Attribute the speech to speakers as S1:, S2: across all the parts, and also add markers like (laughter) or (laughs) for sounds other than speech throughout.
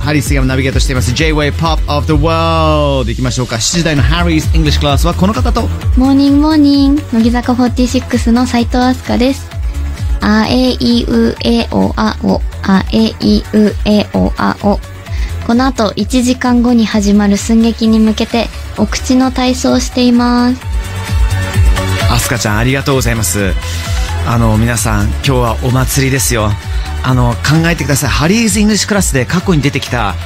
S1: ハリー杉山ナビゲートしています J-Way Pop of the World いきましょうか7時台の Harry's English Class はこの方と
S2: モーニングモーニング乃木坂46の斉藤飛鳥ですあえいうえおあおあえいうえおあおこの後1時間後に始まる寸劇に向けてお口の体操をしています
S1: アスカちゃんありがとうございますあの皆さん今日はお祭りですよあの考えてくださいハリーズ・イングリッシュクラスで過去に出てきた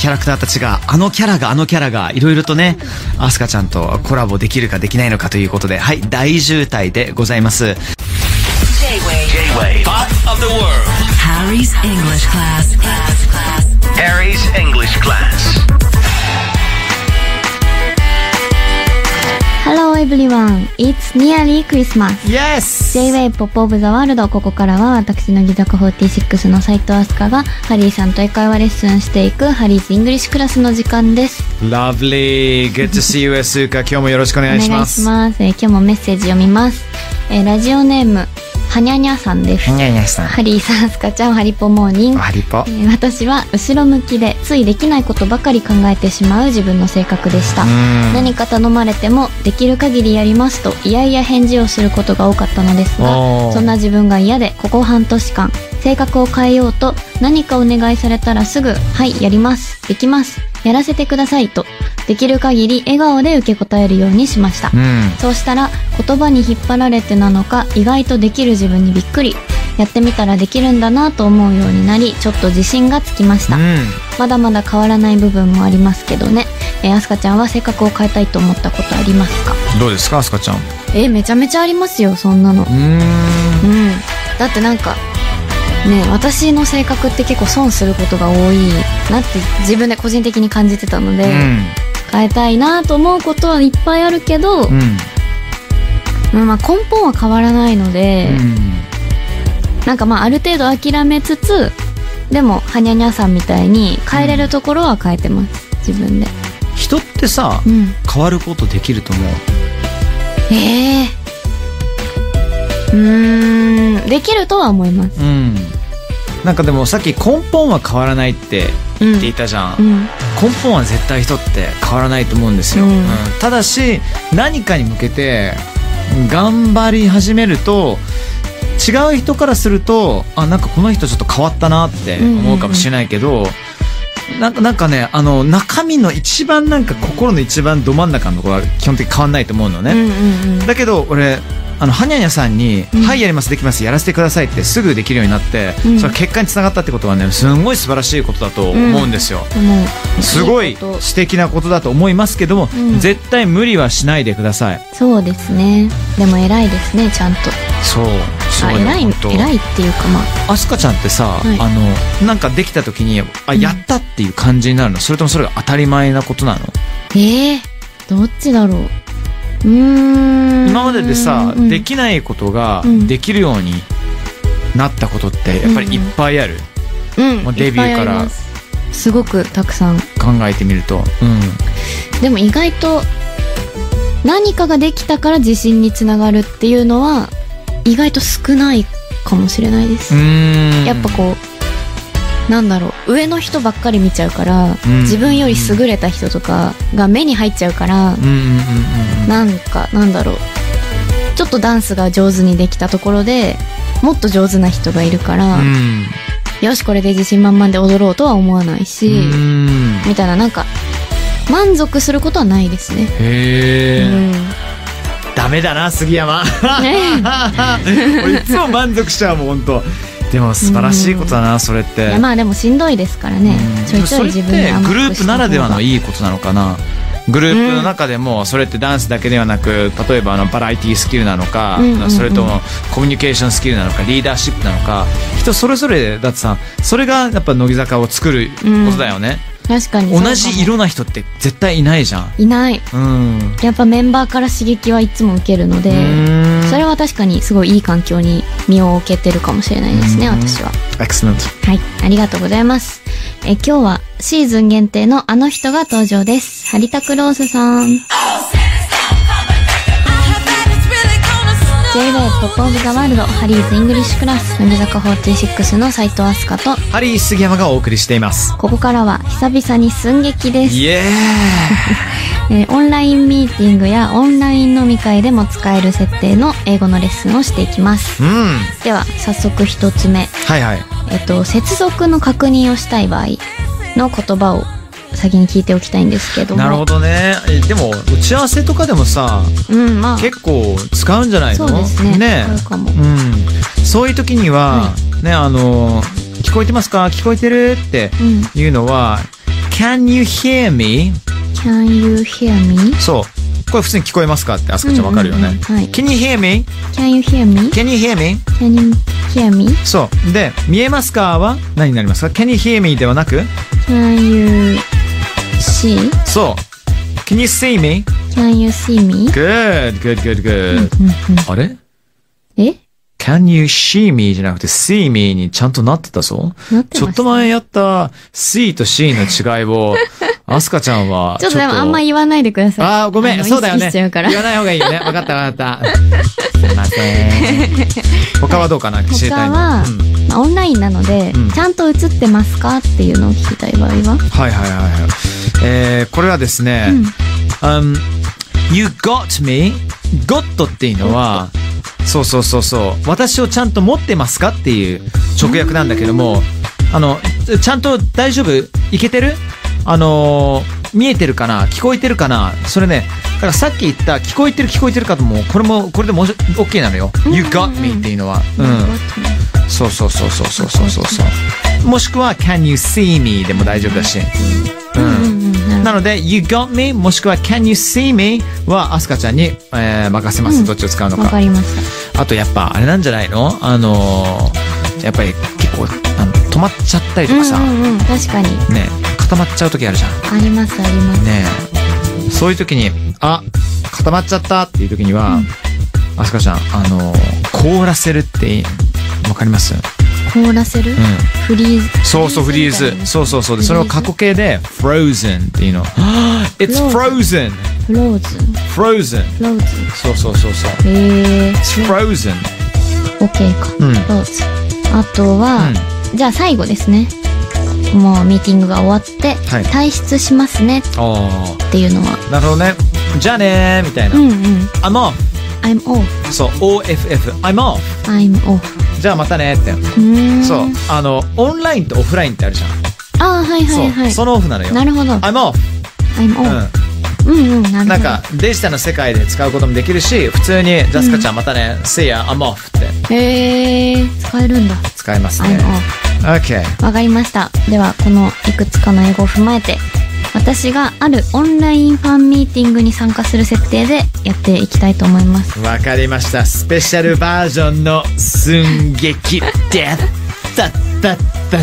S1: キャラクターたちがあのキャラがあのキャラがいろいろとねアスカちゃんとコラボできるかできないのかということではい大渋滞でございます
S3: J-Wave. Pop of the world.
S4: Harry's English class. class, class.
S3: Harry's English class.
S2: Hello everyone It's nearly Christmas
S1: Yes!
S2: J-Way Pop of the World ここからは私乃木坂46の斉藤飛鳥がハリーさんと英会話レッスンしていくハリーズイングリッシュクラスの時間です
S1: Lovely! Good to see you, スーカ今日もよろしくお
S2: お
S1: 願いしま
S2: 願
S1: す。
S2: いしますえー今日もメッセージ読みます、えーラジオネームはにゃにゃさんです
S1: にゃにゃさん。
S2: ハリーさんスカちゃんハリポモーニング
S1: ハリポ
S2: え。ー私は後ろ向きでついできないことばかり考えてしまう自分の性格でした何か頼まれてもできる限りやりますといやいや返事をすることが多かったのです
S1: おー
S2: がそんな自分が嫌でここ半年間性格を変えようと何かお願いされたらすぐ「はいやりますできますやらせてください」とできる限り笑顔で受け答えるようにしました
S1: うん。
S2: そうしたら言葉に引っ張られてなのか意外とできる自分にびっくりやってみたらできるんだなと思うようになりちょっと自信がつきました、
S1: うん。
S2: まだまだ変わらない部分もありますけどねえー、あすかちゃんは性格を変えたいと思ったことありますか
S1: どうですか、アスカちゃん。う
S2: えーめちゃめちゃありますよそんなの
S1: ーん。
S2: うんだってなんかね私の性格って結構損することが多いなって自分で個人的に感じてたので、変えたいなと思うことはいっぱいあるけど、
S1: うん。うん。
S2: まあ根本は変わらないので、
S1: うん
S2: なんかまあある程度諦めつつでもはにゃにゃさんみたいに変えれるところは変えてます自分で
S1: 人ってさ
S2: う、ん
S1: 変わることできると思う。
S2: ええうーんできるとは思います
S1: うん。なんかでもさっき根本は変わらないって
S2: うん
S1: 言っていたじゃん。
S2: うん
S1: 根本は絶対人って変わらないと思うんですよ、
S2: うん
S1: うんただし何かに向けて頑張り始めると違う人からするとあなんかこの人ちょっと変わったなって思うかもしれないけど、なんかなんかねあの中身の一番なんか心の一番ど真ん中のところは基本的に変わんないと思うの
S2: うん
S1: ね、
S2: うんうん
S1: だけど俺あのはにゃにゃさんに、
S2: うん
S1: はいやりますできますやらせてくださいってすぐできるようになって、
S2: うん
S1: その結果につながったってことはねすんごい素晴らしいことだと思うんですよ、
S2: でも
S1: すご
S2: い
S1: い
S2: こと
S1: 素敵なことだと思いますけども、
S2: うん
S1: 絶対無理はしないでください
S2: そうですねでも偉いですねちゃんと
S1: そうす
S2: あ
S1: ごい
S2: 偉い
S1: 本当
S2: 偉いっていうかまあ
S1: アスカちゃんってさ、
S2: はい
S1: あのなんかできた時にあ
S2: うん
S1: やったっていう感じになるの、それともそれが当たり前なことなの、
S2: ええどっちだろううーん
S1: 今まででさ、
S2: うん
S1: できないことが
S2: うん
S1: できるようになったことってやっぱりいっぱいある、
S2: うん
S1: もうデビューから
S2: いっぱいありますすごくたくさん
S1: 考えてみると、うん、
S2: でも意外と何かができたから自信につながるっていうのは意外と少ないかもしれないです、
S1: うーん
S2: やっぱこうなんだろう上の人ばっかり見ちゃうから、
S1: うん
S2: 自分より優れた人とかが目に入っちゃうから、
S1: うんうんうん
S2: なんかなんだろうちょっとダンスが上手にできたところでもっと上手な人がいるから、
S1: うんうん
S2: よしこれで自信満々で踊ろうとは思わないし、
S1: うん
S2: みたいななんか満足することはないですね、
S1: へえ、
S2: うん
S1: ダメだな杉山 (laughs) 俺いつも満足しちゃうもん本当でも素晴らしいことだなそれって
S2: いやまあでもしんどいですから
S1: う
S2: ね
S1: ん
S2: ちょいちょい自分に
S1: でもそれって
S2: 甘
S1: グル
S2: く
S1: ー
S2: し
S1: プ
S2: た
S1: な
S2: 方が
S1: らではのいいことなのかなグループの中でもそれってダンスだけではなく例えばあのバラエティスキルなのか、
S2: うんうんうん
S1: それともコミュニケーションスキルなのかリーダーシップなのか人それぞれだってさそれがやっぱ乃木坂を作ることだよね、
S2: 確かにそうかも
S1: 同じ色な人って絶対いないじゃん
S2: いない
S1: うん
S2: やっぱメンバーから刺激はいつも受けるので
S1: うん
S2: それは確かにすごいいい環境に身を置けてるかもしれないですね
S1: うん
S2: 私は
S1: Excellent
S2: はいありがとうございますえ今日はシーズン限定のあの人が登場ですハリタクロースさん
S5: I bet it's really gonna snow.
S2: J-WAVE ポップオブザワールドハリーズイングリッシュクラス乃木坂46の斉藤飛鳥と
S1: ハリー杉山がお送りしています
S2: ここからは久々に寸劇です
S1: イエ
S2: えーオンラインミーティングやオンライン飲み会でも使える設定の英語のレッスンをしていきます
S1: ーイうん
S2: では早速1つ目、
S1: はいはい
S2: えっと、接続の確認をしたい場合の言葉を先に聞いておきたいんですけども
S1: なるほどねえでも打ち合わせとかでもさ
S2: うんまあ
S1: 結構使うんじゃないの
S2: そうですね使うかも
S1: うん、そういう時には、ねあの聞こえてますか聞こえてるって
S2: うん
S1: いうのは「Can you hear me?
S2: can you hear me?」
S1: そうこれ普通に聞こえますかってあすかちゃんわかるよね、
S2: うんうんうんはい
S1: Can you hear me?
S2: can you hear me?
S1: Can you hear me?
S2: can you hear me?
S1: そうで「見えますか?」は何になりますか ?Can you hear me? ではなく
S2: can you see?
S1: そう Can you see me?
S2: can you see me?
S1: Good good good good、
S2: うんうん
S1: あれ
S2: え
S1: Can you see me じゃなくて see me にちゃんとなってたぞ。
S2: なってました
S1: ちょっと前やった see と see の違い
S2: (laughs)
S1: を、アスカちゃんは
S2: ちょっとでもあんま言わないでください
S1: ああ、ごめ
S2: の
S1: ん、そうだよ
S2: 意識
S1: ね。
S2: しちゃうから
S1: 言わない方がいい
S2: (laughs)
S1: よね。わかったわかった。すいません。他はどうかな知りたい
S2: 他
S1: の。
S2: は、
S1: うん
S2: まあオンラインなので、
S1: うん
S2: ちゃんと映ってますかっていうのを聞きたい場合は
S1: はいはいはいはい。えー、これはですね、um, You got me? got っていうのは、そうそうそうそう、私をちゃんと持ってますかっていう直訳なんだけども、あの、ちゃんと大丈夫いけてるあのー見えてるかな聞こえてるかなそれね、だからさっき言った聞こえてる聞こえてるかとも、これも、これでもう OK なのよ。You got me っていうのは。うん。そうそうそうそうそうそうそうそうもしくは「Can you see me」でも大丈夫だし、うんなので「You got me」もしくは「Can you see me」はアスカちゃんに、えー任せます、どっちを使うの
S2: わ
S1: か
S2: かりました
S1: あとやっぱあれなんじゃないのあのーやっぱり結構あの止まっちゃったりとかさ、
S2: うんうんうん、確かに
S1: ね固まっちゃう時あるじゃん
S2: ありますあります、
S1: ねえそういう時に「あ固まっちゃった」っていう時には、アスカちゃんあのー凍らせるってわかります
S2: 凍らせる、
S1: うん
S2: フリーズ
S1: そうそう、フリーズ。そうそうそう。で、それを過去形で、frozen っていうの。It's (gasps) frozen!
S2: フローズ
S1: Frozen!
S2: フローズ
S1: そうそうそうそう。
S2: えー、
S1: It's frozen!
S2: OK か、
S1: うん
S2: フローズあとは、じゃあ最後ですねもうミーティングが終わって、
S1: はい
S2: 退出しますねっ
S1: あ
S2: ていうのは
S1: あ、なるほどね。じゃあねーみたいな
S2: う。んうん
S1: I'm off!
S2: I'm off
S1: そう、OFF。I'm off!
S2: I'm off
S1: じゃあまたねって。
S2: うーん
S1: そう。あの、オンラインとオフラインってあるじゃん。
S2: ああはいはいは
S1: そう。
S2: い
S1: そのオフなのよ。
S2: なるほど
S1: I'm off!
S2: I'm
S1: う
S2: off
S1: ん。
S2: うんうんなるほど
S1: なんか、デジタルの世界で使うこともできるし、普通に、ジャスカちゃんまたね、See ya, I'm off! って
S2: へえ使えるんだ
S1: 使えますね
S2: I'm。off
S1: OK。
S2: わかりましたではこのいくつかの英語を踏まえて私があるオンラインファンミーティングに参加する設定でやっていきたいと思います
S1: わかりましたスペシャルバージョンの寸劇でたたたたた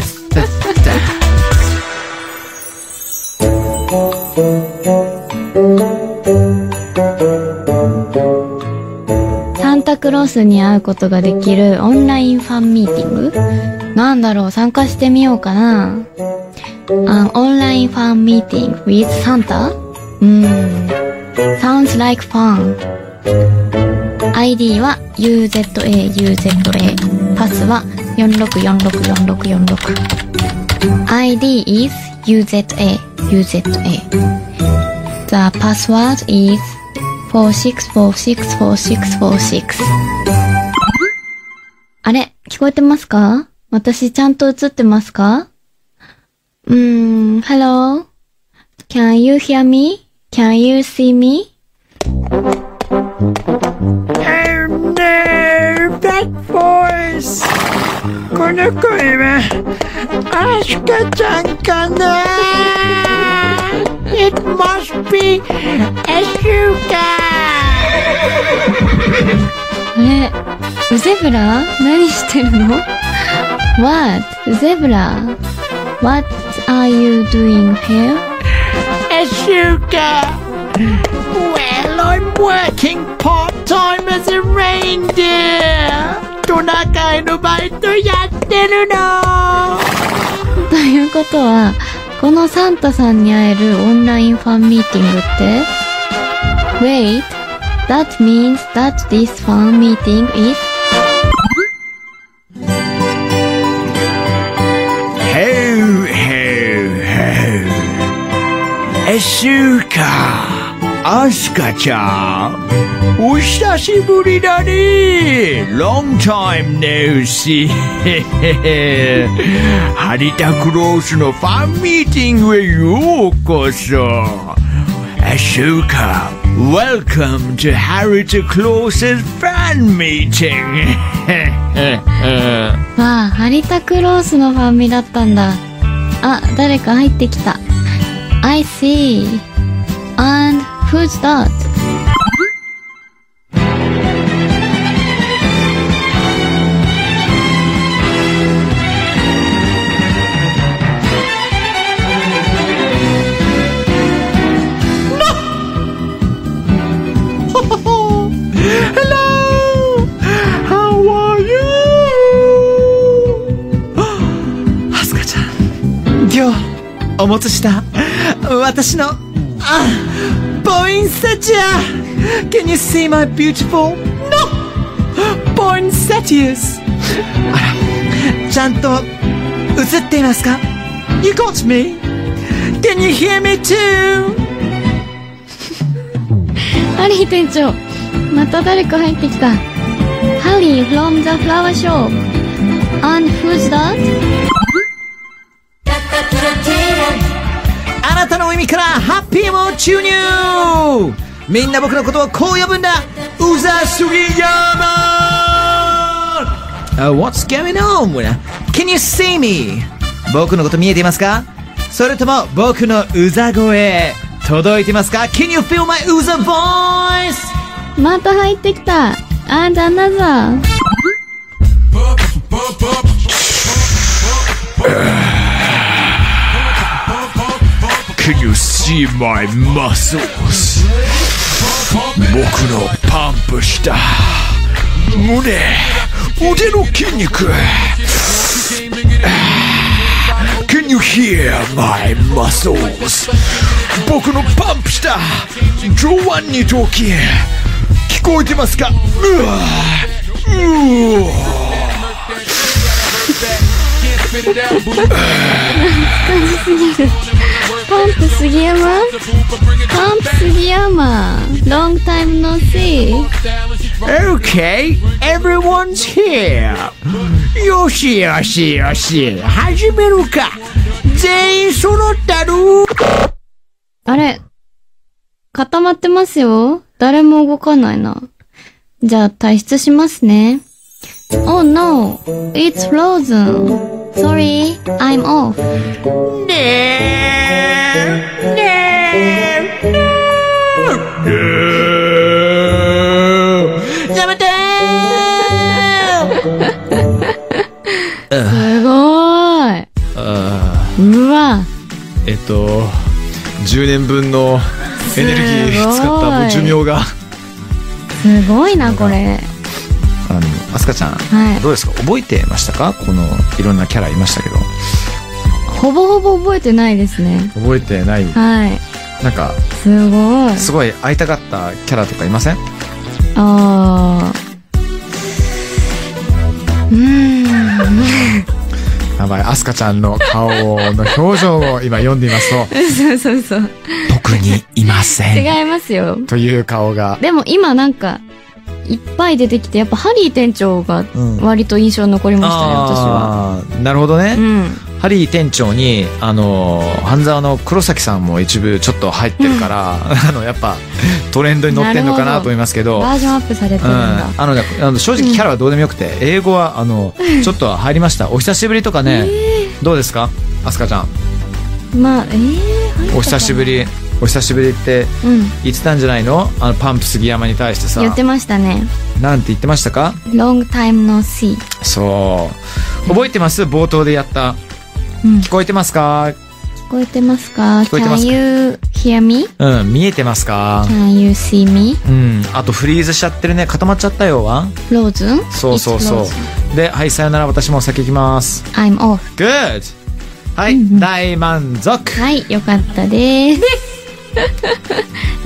S2: サンタクロースに会うことができるオンラインファンミーティングなんだろう参加してみようかなあオンラインファンミーティング with Santa? うーん Sounds like fun ID は UZAUZA パスは46464646 ID is UZAUZA The password is 46464646あれ聞こえてますか私ちゃんと映ってますかうーん、Hello? Can you hear me? Can you see me?
S5: that voice この声はアシカちゃんかな It must be Asuka
S2: あれウゼブラ何してるの ?What? ウゼブラ ?What are you doing here?
S5: Asuka Well I'm working part time as a reindeer トナカイのバイトやってるの
S2: ということは、このサンタさんに会えるオンラインファンミーティングって ?Wait, That means that this fan meeting is
S1: Ho, ho, ho. Asuka, Asuka ちゃん、お久しぶりだね。Long time no see. (laughs) ハリタクロースのファンミーティングへようこそ。Ashoka, welcome to Harry to Claus's fan (laughs) meeting.
S2: わあ、ハリタクロースのファンミだったんだ。あ、誰か入ってきた。I see. And who's that?
S5: アスカちゃん今日お持ちした私のあポインセチア Can you see my beautiful No ポインセチアスあらちゃんと映っていますか You got me Can you hear me too
S2: ハリー店長、また誰か入ってきた。ハリー from the flower shop. And who's that?
S5: あなたの耳からハッピーも注入みんな僕のことをこう呼ぶんだうざすぎやま h What's going on? Can you see me? 僕のこと見えていますかそれとも僕のうざ声届いてますか Can you feel my うざ voice?
S2: また入ってきた。And another.
S1: 僕のパンプした胸腕の筋肉 Can you hear my muscles? 僕のパンプした上腕二頭筋聞こえてますかうわうわ
S2: 感じすぎる。パンプ杉山パンプ杉山 Long time no see.
S1: Okay, everyone's here. よしよしよし、始めるか。全員揃ったろ。
S2: あれ固まってますよ誰も動かないな。じゃあ退出しますね。Oh no! It's frozen! Sorry, I'm off! すごーいうんわ
S1: えっと、10年分のエネルギー使ったもう寿命が。
S2: すごいな、これ。
S1: あの、アスカちゃん、
S2: はい。
S1: どうですか覚えてましたかこの、いろんなキャラいましたけど。
S2: ほぼほぼ覚えてないですね。
S1: 覚えてない。
S2: はい。
S1: なんか、
S2: すごい。
S1: すごい会いたかったキャラとかいません
S2: あーうーん。
S1: やばい、アスカちゃんの顔の表情を今読んでいますと、 (laughs)
S2: そうそうそう。
S1: 特にいません。
S2: 違いますよ。
S1: という顔が。
S2: でも今なんか、いっぱい出てきて、やっぱハリー店長が
S1: うん
S2: 割と印象に残りましたね、私は。
S1: あーなるほどね、
S2: うん。
S1: ハリー店長にあのー半沢の黒崎さんも一部ちょっと入ってるから、 (laughs) あのやっぱトレンドに乗ってんのか
S2: なるほ
S1: な
S2: ど
S1: と思いますけど
S2: バージョンアップされてるん
S1: うん
S2: だ。
S1: あのねあの正直キャラはどうでもよくて、英語はあのちょっとは入りましたお久しぶりとかね、どうですかアスカちゃん
S2: まあ、えー、
S1: お久しぶ
S2: り。
S1: りお久しぶりって
S2: うん。
S1: 言ってたんじゃないのあのパンプ杉山に対してさ
S2: 言ってましたね。
S1: なんて言ってましたか
S2: long time no see.
S1: そう覚えてます冒頭でやった、
S2: うん
S1: 聞こえてますか
S2: 聞こえてますか
S1: こえてます
S2: ?Can
S1: か
S2: you hear me?Can
S1: うん見えてますか
S2: you see me?
S1: うん、あとフリーズしちゃってるね固まっちゃったよは
S2: ローズン
S1: そうそうそうではいさよなら私もお先行きます
S2: I'm off.
S1: Good はい、大満足
S2: はい、よかったです。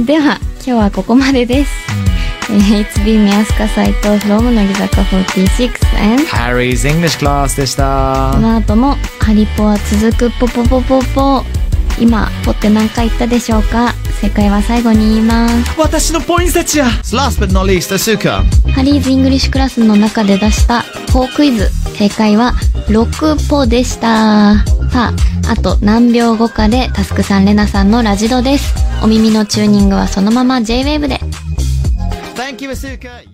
S2: では、今日はここまでです。 It's b m 安香斎藤 from 乃木坂46 and
S1: Harry's English Class でし
S2: こ
S1: た。
S2: の後もハリポは続くポポポポポ今ポって何回言ったでしょうか正解は最後に言います
S1: 私のポインセチア !Last but not least, Asuka.
S2: ハリーズイングリッシュクラスの中で出したポークイズ正解は6ポでしたさああと何秒後かでタスクさんレナさんのラジドですお耳のチューニングはそのまま JWAVE で
S1: Thank you, Asuka.